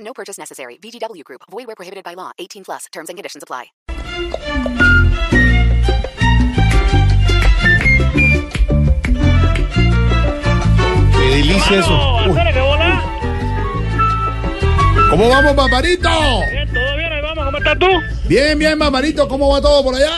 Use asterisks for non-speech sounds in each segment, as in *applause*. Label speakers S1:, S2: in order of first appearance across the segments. S1: No purchase necessary. VGW Group. Void where prohibited by law. 18 plus. Terms and conditions apply.
S2: Qué delicia eso.
S3: Hermano,
S2: Uy,
S3: ¡Ándale, que bola!
S2: ¿Cómo vamos, Barbarito?
S3: Bien, todo bien, ahí vamos, ¿cómo estás tú?
S2: Bien, bien, Barbarito, ¿cómo va todo por allá?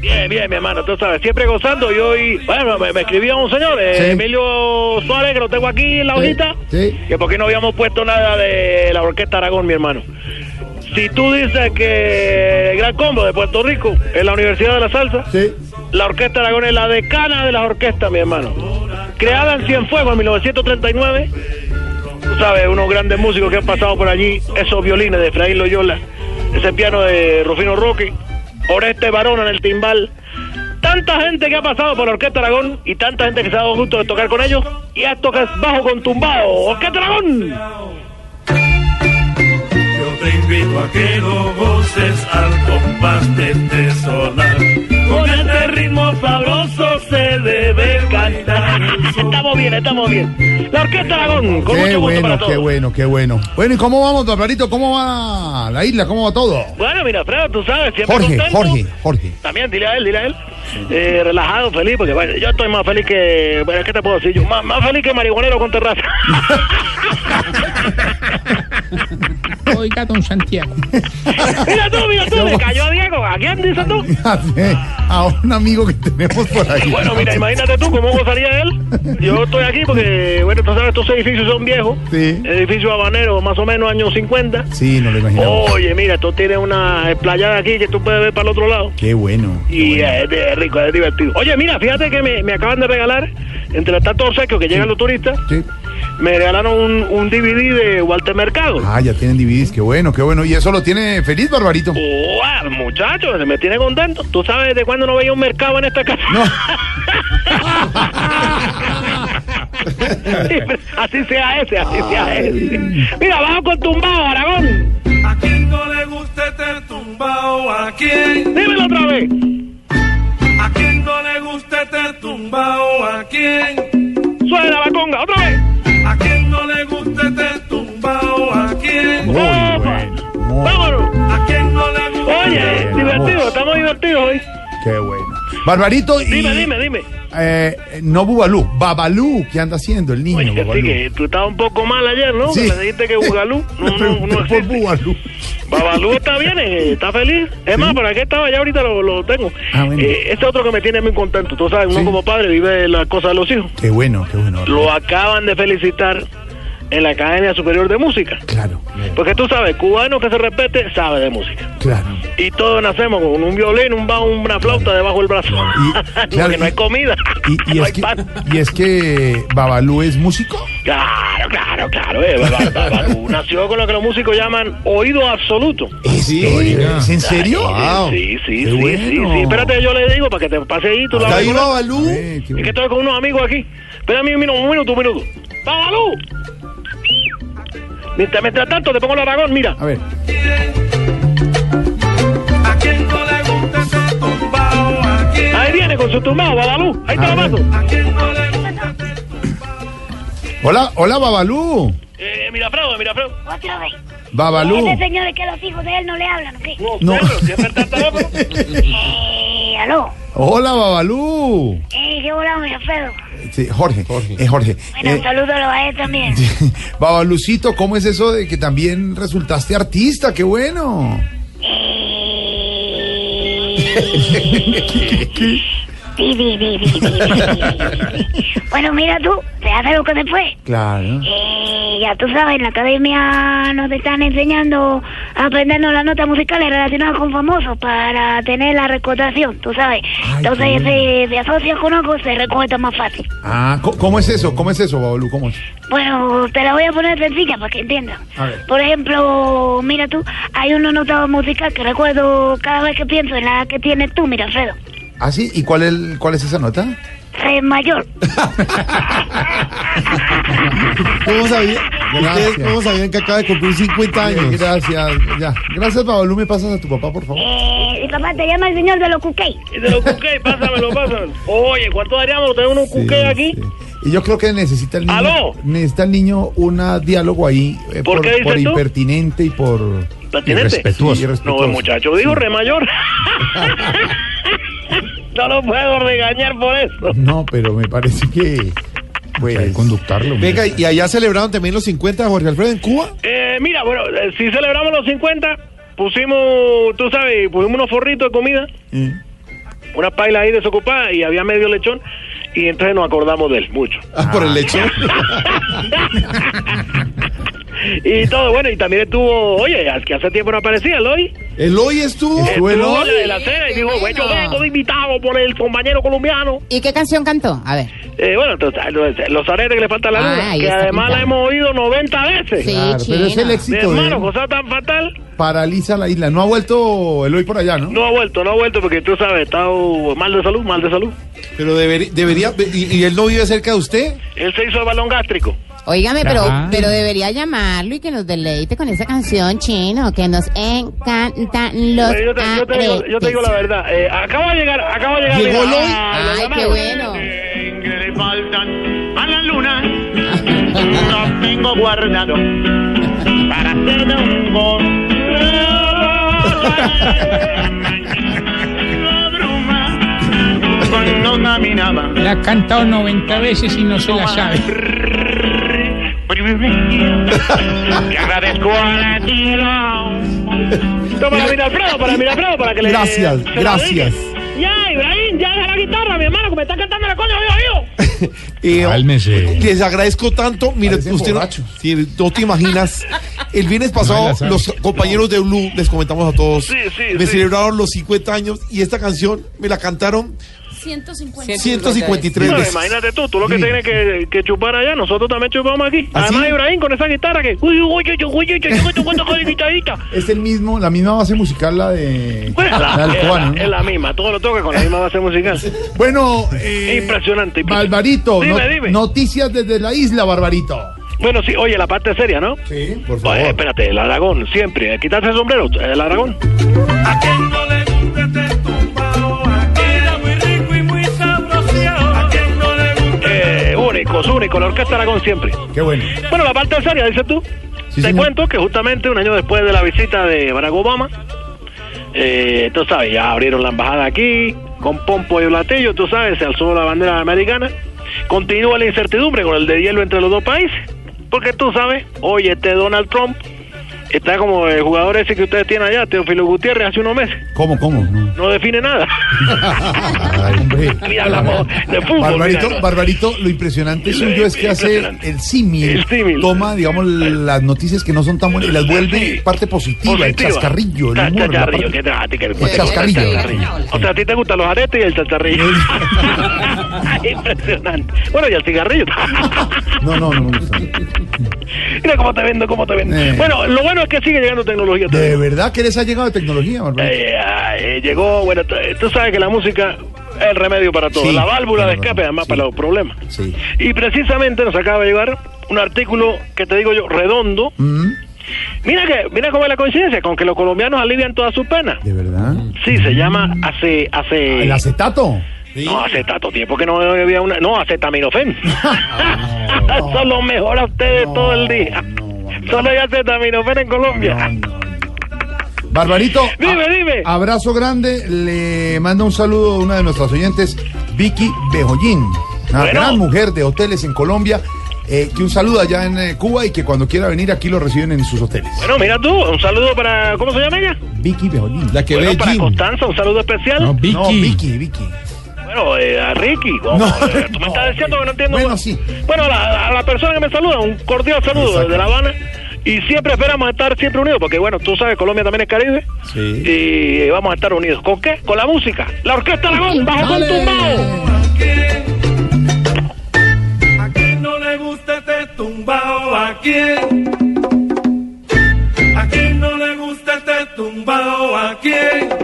S3: Bien, bien, mi hermano, tú sabes, siempre gozando y hoy, bueno, me, me escribió un señor, eh,
S2: Sí.
S3: Emilio Suárez, que lo tengo aquí en la hojita,
S2: sí.
S3: que por qué no habíamos puesto nada de la Orquesta Aragón, mi hermano. Si tú dices que el Gran Combo de Puerto Rico es la Universidad de la Salsa,
S2: Sí.
S3: la Orquesta Aragón es la decana de las orquestas, mi hermano. Creada en Cienfuegos en 1939. Tú sabes, unos grandes músicos que han pasado por allí. Esos violines de Efraín Loyola. Ese piano de Rufino Roque. Oreste Barona en el timbal. Tanta gente que ha pasado por la Orquesta Aragón y tanta gente que se ha dado gusto de tocar con ellos. Y ya tocas bajo con tumbado. ¡Orquesta Aragón!
S4: Yo te invito a que lo goces al compás de este sonar. Con este ritmo sabroso se
S3: *laughs*
S4: debe cantar.
S3: estamos bien, estamos bien. La Orquesta Aragón, con
S2: Qué
S3: mucho gusto para
S2: bueno,
S3: todos.
S2: qué bueno, qué bueno. Bueno, ¿y cómo vamos, Barbarito? ¿Cómo va la isla? ¿Cómo va todo?
S3: Bueno, mira, Fredo, tú sabes, siempre
S2: Jorge,
S3: contento.
S2: Jorge, Jorge. *laughs*
S3: También, dile a él, dile a él. Eh, relajado, feliz, porque bueno, yo estoy más feliz que. Bueno, ¿qué te puedo decir yo? Más, más feliz que marihuanero con terraza.
S5: *laughs* Oiga, don Santiago.
S3: *laughs* mira tú, mira tú, le cayó a Diego. ¿A quién dices tú?
S2: Ah, A un amigo que tenemos por ahí.
S3: Bueno, mira, imagínate tú cómo gozaría él. Yo estoy aquí porque, bueno, tú sabes, estos edificios son viejos.
S2: Sí.
S3: Edificios habaneros, más o menos años 50.
S2: Sí, no lo imaginamos.
S3: Oye, mira, tú tienes una playada aquí que tú puedes ver para el otro lado.
S2: Qué bueno.
S3: Y es, es rico, es divertido. Oye, mira, fíjate que me, me acaban de regalar, entre tantos obsequios que llegan los turistas,
S2: Sí.
S3: me regalaron un, un DVD de Walter Mercado.
S2: Ah, ya tienen DVDs, qué bueno, qué bueno. Y eso lo tiene feliz, Barbarito.
S3: ¡Wow! Muchachos, me tiene contento. ¿Tú sabes desde cuándo no veía un mercado en esta casa? *laughs* así sea ese, así sea ese. Mira, bajo con tumbado, Aragón.
S4: A quien no le guste este tumbao, a quien,
S3: Dímelo otra vez.
S4: a quien no le guste este tumbao, a quien,
S3: Suena la conga, otra vez.
S4: a quien no le guste este tumbao, a quien,
S2: Muy
S3: Opa.
S2: bueno. muy-
S3: Vámonos.
S4: a quien no le guste.
S3: Oye,
S2: Bien,
S3: divertido,
S2: vamos.
S3: estamos divertidos hoy.
S2: Qué bueno. Barbarito y.
S3: Dime, dime, dime.
S2: eh, no Bubalú, Babalú, ¿qué anda haciendo el niño?
S3: Oye, que sí,
S2: Babalú?
S3: que tú estabas un poco mal ayer, ¿no?
S2: Sí.
S3: Que Me dijiste
S2: *laughs*
S3: que Bugalú
S2: Le
S3: no, no,
S2: pregunté
S3: no
S2: por
S3: existe.
S2: Bubalú.
S3: *laughs* Babalú está bien, eh, está feliz. Es más, por aquí estaba, ya ahorita lo, lo tengo.
S2: Ah, bueno.
S3: Eh, este otro que me tiene muy contento. Tú sabes, uno
S2: Sí.
S3: como padre vive las cosas de los hijos.
S2: Qué bueno, qué bueno.
S3: Lo acaban de felicitar en la Academia Superior de Música.
S2: Claro,
S3: Porque tú sabes, cubano que se respete sabe de música.
S2: claro.
S3: Y todos nacemos con un violín, un bajo, una flauta debajo del brazo.
S2: Y-
S3: Porque
S2: claro,
S3: *laughs* no
S2: y-
S3: hay comida,
S2: Y, y
S3: *laughs* no
S2: es
S3: hay
S2: que,
S3: pan.
S2: y es que Babalú es músico.
S3: Claro, claro, claro. eh,
S2: *laughs*
S3: Ba- Ba- Babalú nació con lo que los músicos llaman oído absoluto.
S2: Sí, ¿Es en serio? Wow.
S3: Sí, sí,
S2: Qué
S3: sí,
S2: bueno.
S3: sí, sí. Espérate, yo le digo para que te pase ahí. Tú la
S6: Ahí
S3: ves.
S6: Babalú.
S2: Eh, qué
S3: Es que
S2: bueno.
S3: estoy con unos amigos aquí. Espérame un minuto, un minuto, un minuto. ¡Babalú! Mientras, mientras tanto, te pongo el Aragón, mira.
S2: A ver,
S4: A quien no le guste este tumbao, a quien,
S3: Ahí viene con su tumbado, Babalú. Ahí te
S2: A
S3: lo
S2: ver.
S3: mando.
S4: a quien no le guste este
S2: hola, hola Babalú.
S3: Eh, mira, Fredo, mira, Fredo.
S7: Otra vez.
S2: Babalú.
S7: Ese señor es que los hijos de él no le hablan, ¿o qué?
S2: No.
S3: Pedro, siempre está el teléfono.
S7: Eh, aló.
S2: Hola Babalú.
S7: Eh, qué hola, mi Alfredo.
S2: Sí, Jorge, es Jorge.
S7: Bueno,
S2: Eh,
S7: un saludo a él también.
S2: *laughs* Babalucito, ¿cómo es eso de que también resultaste artista? Qué bueno.
S7: Eh, Di, di, di, di, di, di, di, di. Bueno, mira tú, te haces lo que después. *laughs*
S2: Claro.
S7: Eh, ya tú sabes, en la academia nos están enseñando a aprendernos las notas musicales relacionadas con famosos para tener la recordación, tú sabes. Entonces, si te asocias con algo, se recuerda más fácil.
S2: Ah, ¿cómo, cómo es eso? ¿Cómo es eso, Babalu? ¿Cómo es?
S7: Bueno, te la voy a poner sencilla para que entiendas.
S2: A ver.
S7: Por ejemplo, mira tú, hay una nota musical que recuerdo cada vez que pienso en la que tienes tú, mira, Alfredo.
S2: ¿Ah, sí? ¿Y cuál, el, cuál es esa nota?
S7: Re mayor.
S5: ¿Cómo sabían,
S2: Gracias.
S5: ¿Ustedes cómo sabían que acaba de cumplir 50
S2: Ay,
S5: años?
S2: Gracias, ya. Gracias, Babalu. ¿Me pasas a tu papá, por favor?
S7: Eh, mi papá te llama el señor de los cuqueis.
S3: Y te lo cuqué, pásamelo, pásamelo. Oye, ¿cuánto daríamos tener un cuqué aquí?
S2: Y yo creo que necesita el niño,
S3: ¿Aló?
S2: necesita el niño un diálogo ahí eh,
S3: ¿Por qué dices
S2: por
S3: tú?
S2: impertinente y por
S3: Pertinente.
S2: irrespetuoso.
S3: No,
S2: irrespetuoso.
S3: muchacho, digo re mayor. *laughs* no lo puedo regañar por eso.
S2: No, pero me parece que pues, conductarlo.
S5: Venga, ¿y allá celebraron también los 50 de Jorge Alfredo en Cuba?
S3: Eh, mira, bueno, eh, si celebramos los 50, pusimos, tú sabes, pusimos unos forritos de comida, una paila ahí desocupada y había medio lechón y entonces nos acordamos de él mucho. *laughs*
S5: Ah, por el lechón.
S2: Ah. *laughs*
S3: Y todo, bueno, y también estuvo, oye, al que hace tiempo no aparecía, Eloy.
S5: ¿El hoy estuvo?
S2: Estuvo el
S3: Estuvo
S2: Eloy.
S3: en la cena y dijo, bueno, yo vengo invitado por el compañero colombiano.
S6: ¿Y qué canción cantó? A ver.
S3: Eh, bueno, entonces, los- los aretes que le falta a la
S6: Ah,
S3: luna,
S6: ahí
S3: que
S6: está
S3: además la
S6: pintado.
S3: hemos oído 90 veces.
S6: Sí,
S2: Claro, pero es el
S6: chino.
S3: Mi
S2: éxito de
S3: hermano,
S2: él.
S3: cosa tan fatal.
S2: paraliza la isla. No ha vuelto Eloy por allá, ¿no?
S3: No ha vuelto, no ha vuelto porque tú sabes, he estado mal de salud, mal de salud.
S5: Pero debería, debería y, y él no vive cerca de usted?
S3: Él se hizo el balón gástrico.
S6: Óigame, pero,
S2: Ajá.
S6: pero debería llamarlo y que nos deleite con esa canción chino, que nos encantan los
S3: Yo te, yo te digo, yo te digo la
S6: aretes.
S3: verdad. eh, acaba de llegar, acaba de llegar.
S5: ¿Llegó
S3: mira,
S5: Eloy?
S3: a los
S6: Ay, qué
S3: llamados.
S6: bueno.
S3: Que le faltan a la luna. Los tengo guardado para hacerme un gol.
S6: *laughs*
S3: La bruma, Cuando caminaba,
S8: La ha cantado 90 veces y no se la sabe.
S3: te agradezco a la tira. Toma la mira Alfredo, para mira Alfredo, para que le
S5: Gracias,
S3: se la
S5: gracias.
S3: dedique. Ya, Ibrahim, ya deja la guitarra, mi hermano, que me está cantando la coña, oído, oído.
S5: Eh,
S8: Cálmese.
S5: Les agradezco tanto. Mire,
S2: Parecen
S5: usted no,
S2: borrachos.
S5: sí, no te imaginas. El viernes
S8: No,
S5: pasado,
S8: ya sabes.
S5: los compañeros de Blue, les comentamos a todos,
S3: Sí,
S5: *laughs*
S3: sí,
S5: me
S3: sí.
S5: celebraron los 50 años y esta canción me la cantaron
S6: 150.
S5: 153
S3: No,
S5: veces.
S3: imagínate tú, tú lo que
S5: Sí.
S3: tienes que, que chupar allá, nosotros también chupamos aquí.
S5: ¿Ah, sí?
S3: Además, Ibrahim con esa guitarra que. Uy, uy, uy, uy, uy, uy, uy, uy, uy, uy, guitarrita.
S2: Es el mismo, la misma base musical, la de,
S3: Pues es
S2: la
S3: la,
S2: del
S3: es
S2: cubano,
S3: la-
S2: ¿no?
S3: es la misma, todo lo toca con la misma base musical.
S2: Bueno, eh,
S3: Impresionante. impresionante.
S2: Barbarito,
S3: Dime,
S2: no-
S3: dime.
S2: noticias desde la isla, Barbarito.
S3: Bueno, sí, oye, la parte seria, ¿no?
S2: Sí, por
S3: Oye, espérate, el Aragón, siempre. eh, Quitarse el sombrero, el Aragón.
S4: A quien no le gusta este tumbao, a quien era muy rico y muy sabroseado, a quien no le gusta
S3: Eh, únicos, únicos, la Orquesta Aragón siempre.
S2: Qué bueno.
S3: Bueno, la parte seria, dices tú.
S2: Sí,
S3: Te
S2: señor.
S3: cuento que justamente un año después de la visita de Barack Obama, eh, tú sabes, ya abrieron la embajada aquí, con pompo y platillo, tú sabes, se alzó la bandera americana. Continúa la incertidumbre con el de hielo entre los dos países, porque tú sabes, oye, este Donald Trump está como el jugador ese que ustedes tienen allá, Teofilo Gutiérrez, hace unos meses,
S2: ¿Cómo, cómo? No.
S3: no define
S2: *laughs*
S3: nada.
S2: Ay, hombre.
S3: Mira, hablamos de fútbol,
S2: Barbarito,
S3: mira, no.
S2: Barbarito, lo impresionante
S3: Sí,
S2: suyo es que hace
S3: impresionante.
S2: el símil,
S3: El símil.
S2: toma, digamos, las noticias que no son tan buenas y las vuelve
S3: Sí.
S2: parte positiva, el
S3: Positiva.
S2: chascarrillo, el
S3: Cha-
S2: humor, la
S3: chascarrillo,
S2: parte-
S3: que te- a ti que te gusta
S2: chascarrillo.
S3: el chascarrillo. O sea, a ti te gustan los aretes y el chascarrillo. *laughs* Impresionante. Bueno, y el cigarrillo. *laughs*
S2: No, no, no me gusta.
S3: Mira cómo te vendo, cómo te vendo.
S2: Eh.
S3: Bueno, lo bueno es que sigue llegando tecnología. todavía.
S2: ¿De verdad que les ha llegado tecnología, Barbarito?
S3: Eh, ah, eh, llegó, bueno, t- tú sabes que la música es el remedio para todo.
S2: Sí,
S3: la válvula de
S2: claro,
S3: escape, además,
S2: sí.
S3: para los problemas.
S2: Sí.
S3: Y precisamente nos acaba de llegar un artículo que te digo yo, redondo.
S2: Mm,
S3: Mira que, mira cómo es la coincidencia, con que los colombianos alivian todas sus penas.
S2: ¿De verdad?
S3: Sí, se llama hace hace
S2: ¿El acetato?
S3: no hace tanto tiempo que no había una
S2: *laughs*
S3: no acetaminofén. Solo mejora ustedes todo el día.
S2: Ah, No, no,
S3: Solo hay acetaminofén en Colombia.
S2: no, no. Barbarito, ah,
S3: Dime, dime.
S2: abrazo grande. Le mando un saludo a una de nuestras oyentes, Vicky Bejoyín, una
S3: Bueno.
S2: gran mujer de hoteles en Colombia. eh, que un saludo allá en eh, Cuba y que cuando quiera venir aquí lo reciben en sus hoteles.
S3: Bueno, mira tú, un saludo para ¿cómo se llama ella?
S2: Vicky Bejoyín.
S5: La que
S3: Bueno,
S5: ve
S3: para
S5: Jim.
S3: Constanza, un saludo especial.
S8: No, Vicky.
S2: No, Vicky, Vicky.
S3: Bueno, eh, a Ricky, ¿cómo?
S2: No.
S3: Eh, tú me estás diciendo que no entiendo.
S2: Bueno, sí.
S3: Bueno, a la, a la persona que me saluda, un cordial saludo
S2: Exacto.
S3: desde La Habana. Y siempre esperamos estar siempre unidos, porque bueno, tú sabes, Colombia también es Caribe.
S5: Sí.
S3: Y vamos a estar unidos. ¿Con qué? Con la música. La orquesta Aragón, bajo con tumbao.
S4: ¿A quién no le gusta este tumbao? ¿A quién? ¿A quién no le gusta este tumbao? ¿A quién?